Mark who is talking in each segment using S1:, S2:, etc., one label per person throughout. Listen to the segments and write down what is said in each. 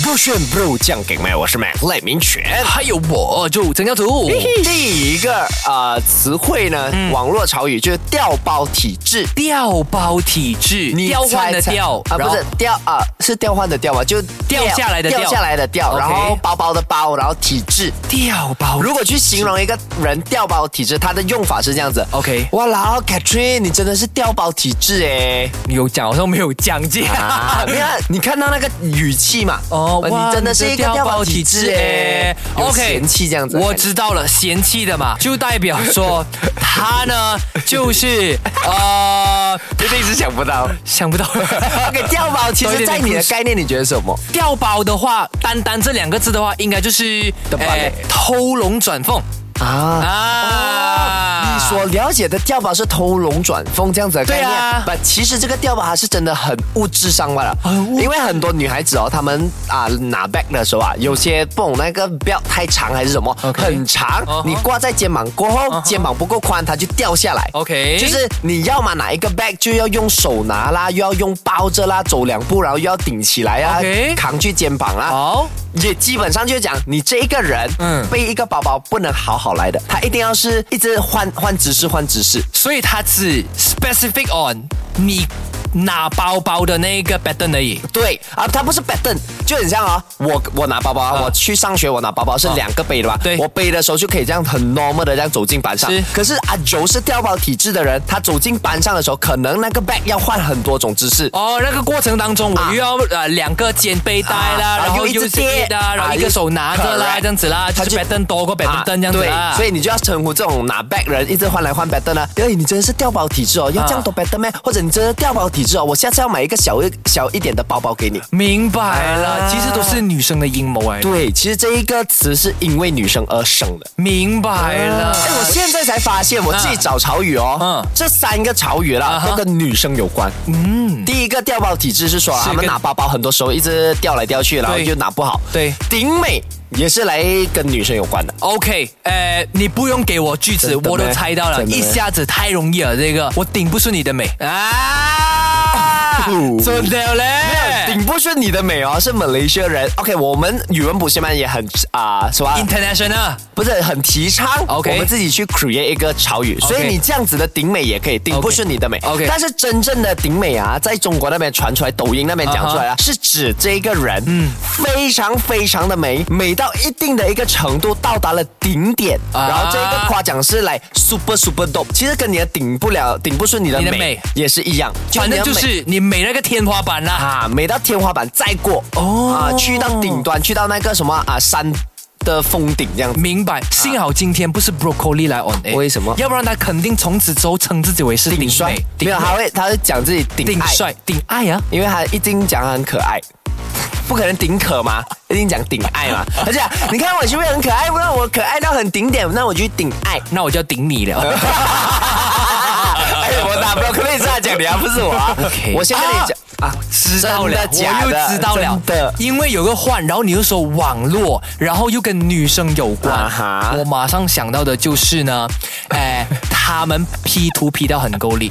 S1: 不炫 bro 酱给麦，我是麦赖明全。
S2: 哎还有我就陈家图，
S1: 第一个呃词汇呢，
S2: 嗯
S1: 网络潮语就是调包体制。
S2: 调包体制，
S1: 你
S2: 调换的
S1: 猜猜
S2: 调，
S1: 啊，
S2: 然
S1: 不
S2: 后
S1: 是调啊，是调换的调嘛？就
S2: 掉下来的掉
S1: 掉下来的掉，
S2: OK
S1: 然后包包的包，然后体制。
S2: 调包。
S1: 如果去形容一个人调包体质，它的用法是这样子。
S2: OK
S1: 哇啦，Catherine，你真的是调包体 质哎！
S2: 你有讲，好像没有讲解。
S1: 啊，你看，你看到那个语气嘛？
S2: 哦，
S1: 呃
S2: 哇
S1: 你真的是
S2: 你
S1: 一个调
S2: 的
S1: 包体质哎有
S2: 欸 OK，
S1: 嫌弃这样子。
S2: 我知道了，嫌弃的嘛，就代表 说他呢就是呃
S1: 一定是想不 到。
S2: 想不到。
S1: OK，调包其实，在你的概念，你觉得什么？
S2: 调包的话，单单这两个字的话，应该就是哎
S1: 的吧嘞
S2: 偷龙转凤
S1: 啊？
S2: 啊。
S1: 哦你所了解的调包是偷龙转凤这样子的概念，
S2: 对啊
S1: 但其实这个调包还是真的很物质上万了，
S2: 很物
S1: 因为很多女孩子哦，她们啊拿 bag 的时候啊，有些不懂那个 belt 太长还是什么
S2: OK
S1: 很长
S2: 嗯哼
S1: 你挂在肩膀过后肩膀不够宽，它就掉下来。
S2: OK，
S1: 就是你要嘛拿一个 bag 就要用手拿啦，又要用包着啦，走两步然后又要顶起来啊
S2: OK
S1: 扛去肩膀啊啦。
S2: 好。
S1: 也基本上就是讲，你这一个人，
S2: 嗯
S1: 嗯，背一个包包不能好好来的，他一定要是一直换换姿势，换姿势。
S2: 所以它只 specific on 你拿包包的那个 pattern 而已。
S1: 对啊，他不是 pattern，就很像哦，我我拿包包啊，
S2: 啊
S1: 我去上学我拿包包是
S2: 啊
S1: 两个背的吧？
S2: 对
S1: 我背的时候就可以这样很 normal 的这样走进班上
S2: 是。
S1: 可是阿九是掉包体质的人，他走进班上的时候，可能那个 bag 要换很多种姿势。
S2: 哦，那个过程当中，我又要呃两个肩背带啦，
S1: 啊
S2: 然后又
S1: 又一
S2: 是
S1: 直跌
S2: 的，然后
S1: 啊
S2: 一个手拿着啦，
S1: correct
S2: 这样子啦，就是
S1: 它就啊
S2: pattern 多过 pattern 这样子啊
S1: 对
S2: 啦。，
S1: 所以你就要称呼这种拿 bag 人一直换来换 bag 的呢。哎，你真的是掉包体质哦，要这
S2: 啊
S1: 样多 bag 的咩？或者你真的掉包体质哦，我下次要买一个小一小一点的包包给你。
S2: 明白了，
S1: 啊
S2: 其实都是女生的阴谋哎。
S1: 对，其实这一个词是因为女生而生的。
S2: 明白了。
S1: 哎，我现在才发现，我自己找潮语哦，
S2: 嗯
S1: 这三个潮语啦、
S2: 啊哈
S1: 都跟女生有关。嗯，第一个掉包体质是说啊
S2: 是
S1: 他们
S2: 跟
S1: 拿包包很多时候一直掉来掉去，然后
S2: 对
S1: 就拿不好。
S2: 对
S1: 顶美也是来跟女生有关的。
S2: OK，呃，你不用给我句子，
S1: 真的
S2: 我都
S1: 咩
S2: 猜到了，
S1: 真的
S2: 一
S1: 咩
S2: 下子太容易了，这个我顶不住你的美啊
S1: 哦，
S2: 真的嘞，
S1: 顶不顺你的美哦，是马来西亚人。OK，我们语文补习班也很啊、什么啊？
S2: International
S1: 不是很提倡
S2: OK
S1: 我们自己去 create 一个潮语
S2: OK
S1: 所以你这样子的顶美也可以，顶不顺你的美。
S2: OK
S1: 但是真正的顶美啊，在中国那边传出来，抖音那边讲出来啊是指这一个人，嗯，非常非常的美，美到一定的一个程度，到达了顶点
S2: 啊
S1: 然后这个夸奖是来 super super dope，其实跟你的顶不了、顶不顺你的
S2: 你
S1: 美
S2: 的美
S1: 也是一样，
S2: 反
S1: 你
S2: 正
S1: 的
S2: 就
S1: 美
S2: 是你美那个天花板啦。
S1: 啊，美到天花板再过
S2: 哦
S1: 哦，啊，去到顶端，去到那个什么啊山的峰顶这样子。
S2: 明白，幸好今天不是 broccoli 来 on air，
S1: 啊为什么
S2: 要不然他肯定从此之后称自己为是顶帅、
S1: 没有，他会他会讲自己顶
S2: 顶
S1: 爱，
S2: 帅、顶爱啊！
S1: 因为他一定讲他很可爱，不可能顶可嘛，一定讲顶爱嘛。而且啊你看我是不是很可爱？不然我可爱到很顶点，那我就顶 爱。
S2: 那我就要顶你了。
S1: 哎，我打 b r o c c o 是他讲的啊，不是我啊
S2: OK
S1: 我先跟你讲啊，
S2: 知道了，
S1: 真的假
S2: 我
S1: 的
S2: 又知道了
S1: 真的
S2: 因为有个换，然后你又说网络，然后又跟女生有关
S1: 啊哈
S2: 我马上想到的就是呢， 哎、他们 P 图 P 到很够力，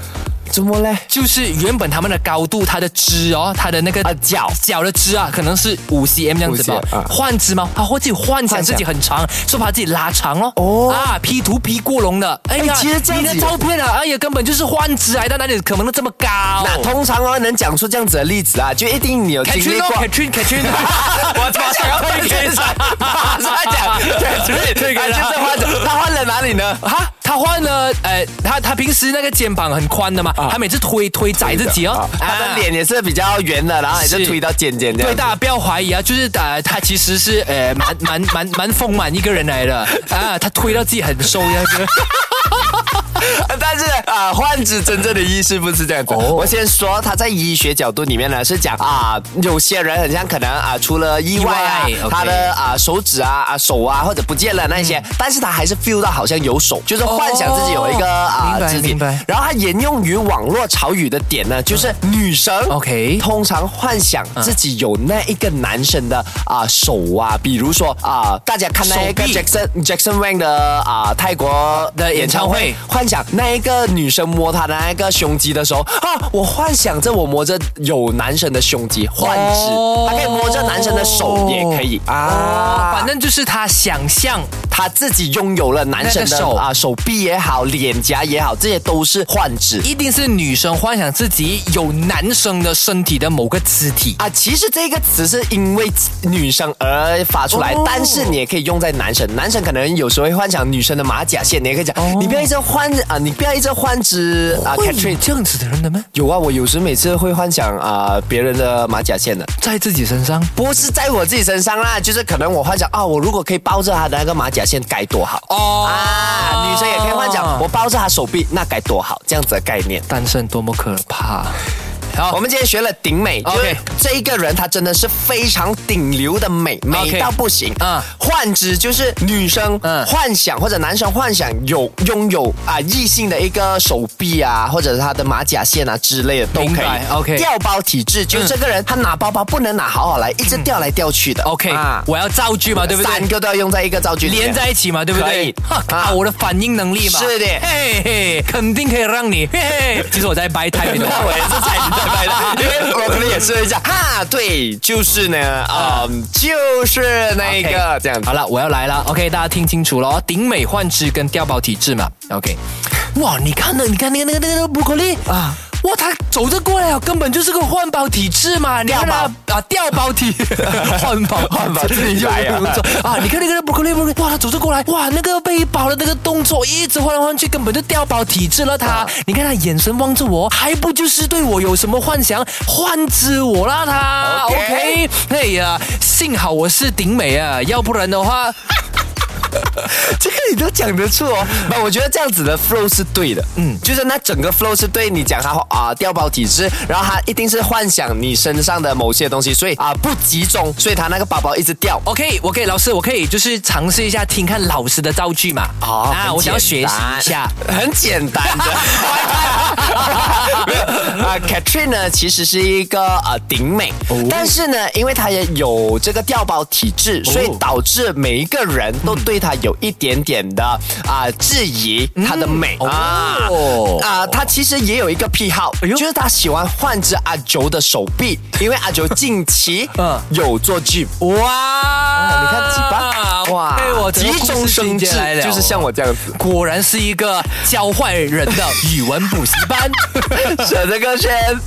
S1: 怎么嘞？
S2: 就是原本他们的高度，它的枝哦，它的那个
S1: 啊脚
S2: 脚的枝啊，可能是五 cm 这样子吧
S1: 5cm，啊，
S2: 换枝吗？他或自己幻想
S1: 幻想
S2: 自己很长，说把自己拉长咯。
S1: 哦
S2: 啊，P 图 P 过龙的，哎呀，
S1: 其实这样
S2: 你
S1: 子
S2: 的
S1: 也
S2: 照片啊，哎呀，根本就是幻枝来到哪里可能这么高？
S1: 那通常哦，能讲出这样子的例子啊，就一定你有经历
S2: Catherine
S1: 过
S2: 哦。Catherine Catherine，
S1: 我马上要换天 才，马上讲，对
S2: 对
S1: 对对，
S2: 给
S1: 他
S2: 他
S1: 就是换的，他换了哪里呢？
S2: 哈，他换了，呃，他他平时那个肩膀很宽的嘛，他每次推推窄自己哦，
S1: 啊他
S2: 啊
S1: 的脸也是比较圆的，然后也
S2: 是
S1: 是推到尖尖这
S2: 对，
S1: 样。
S2: 大家不要怀疑啊，就是呃，他其实是呃，蛮蛮蛮蛮丰满一个人来的啊，他推到自己很瘦样子。
S1: 但是 啊、换指真正的意思不是这样子。
S2: 哦
S1: 我先说，他在医学角度里面呢是讲啊、有些人很像可能啊、出了意外啊，
S2: 意外，OK 嗯
S1: 他的啊、手指啊啊手啊或者不见了那些，但是他还是 feel 到好像有手，就是幻想自己有一个啊、
S2: 明白
S1: 肢体
S2: 哦明白。
S1: 然后他沿用于网络潮语的点呢，就是女生
S2: OK
S1: 通常幻想自己有那一个男生的啊、手啊，比如说啊、大家看那一个
S2: 手臂
S1: Jackson Jackson Wang 的啊、泰国
S2: 的演唱会
S1: 幻想那一个女生摸她的那个胸肌的时候啊，我幻想着我摸着有男生的胸肌，幻肢，
S2: 哦
S1: 她可以摸着男生的手也可以
S2: 啊
S1: 啊，，
S2: 反正就是他想象
S1: 她自己拥有了男生
S2: 那
S1: 的
S2: 个手
S1: 啊手臂也好，脸颊也好，这些都是幻肢。
S2: 一定是女生幻想自己有男生的身体的某个肢体。
S1: 啊，其实这个词是因为女生而发出来，
S2: 哦
S1: 但是你也可以用在男生。男生可能有时候会幻想女生的马甲线，你也可以讲，你不要一直换啊，你不要一直换只啊
S2: 哦会有
S1: ，Catherine。
S2: 这样子的人的吗？
S1: 有啊，我有时每次会幻想啊、别人的马甲线的，
S2: 在自己身上？
S1: 不是在我自己身上啦，就是可能我幻想啊，我如果可以抱着他的那个马甲线该多好
S2: 哦
S1: 啊！女生也可以幻想我抱着他手臂那该多好，这样子的概念。
S2: 单身多么可怕！好，
S1: 我们今天学了顶美，就是
S2: OK
S1: 这一个人他真的是非常顶流的美，美
S2: OK
S1: 到不行。嗯
S2: 嗯，
S1: 幻之就是女生
S2: 嗯
S1: 幻想或者男生幻想有拥有啊异性的一个手臂啊，或者是他的马甲线啊之类的都
S2: 明
S1: 可
S2: 白
S1: 以。
S2: ，OK
S1: 掉包体质就是这个人他拿包包不能拿好好来，一直掉来掉去的。
S2: OK，、
S1: 啊
S2: 我要造句嘛，对不对？
S1: 三个都要用在一个造句里面
S2: 连在一起嘛，对不
S1: 可
S2: 对
S1: 以？
S2: 哈
S1: 啊
S2: 靠，我的反应能力嘛，
S1: 是的
S2: 嘿嘿，肯定可以让你嘿嘿。其实我在掰太平 的
S1: 那我也是猜你在拍的，因为 我可能也是会讲哈，啊对，就是呢，嗯，就是那个
S2: 啊 OK
S1: 这样子
S2: 好。了，我要来了。OK，大家听清楚了哦，顶美幻肢跟碉堡体质嘛。OK，哇，你看那，你看那个那个那个那个 broccoli 啊
S1: 啊。
S2: 哇，他走着过来哦，根本就是个换包体质嘛！你看他
S1: 掉
S2: 啊，掉包体，换包换
S1: 包自己来啊
S2: 啊！你看那个 broccoli broccoli，哇，他走着过来，哇，那个背包的那个动作一直换来换去，根本就掉包体质了他。
S1: 啊
S2: 你看他眼神望着我，还不就是对我有什么幻想，幻知我啦他。
S1: OK
S2: OK 哎呀，幸好我是顶美啊，要不然的话，
S1: 这个你都讲得出哦。那我觉得这样子的 flow 是对的，嗯，就是那整个 flow 是对。你讲他啊掉包体质，然后他一定是幻想你身上的某些东西，所以啊不集中，所以他那个包包一直掉。
S2: OK，我可以，老师，我可以就是尝试一下听看老师的造句嘛。啊
S1: 哦很
S2: 我想要学习一
S1: 简
S2: 下
S1: 单。 很简单的。 没有啊，Katrina 呢其实是一个呃顶美，
S2: 哦
S1: 但是呢，因为她也有这个掉包体质，
S2: 哦
S1: 所以导致每一个人都对她有一点点的啊、质疑
S2: 嗯
S1: 她的美、啊
S2: 哦
S1: 啊，她其实也有一个癖好，
S2: 哎
S1: 就是她喜欢换只阿九的手臂，因为阿九近期
S2: 嗯
S1: 有做 gym。
S2: 哇，
S1: 啊你看几吧，
S2: 哇，
S1: 哇，
S2: 啊被我
S1: 急中生智，就是像
S2: 我，
S1: 我这样子。
S2: 果然是一个教坏人的语文补习班。
S1: 舍得个圈。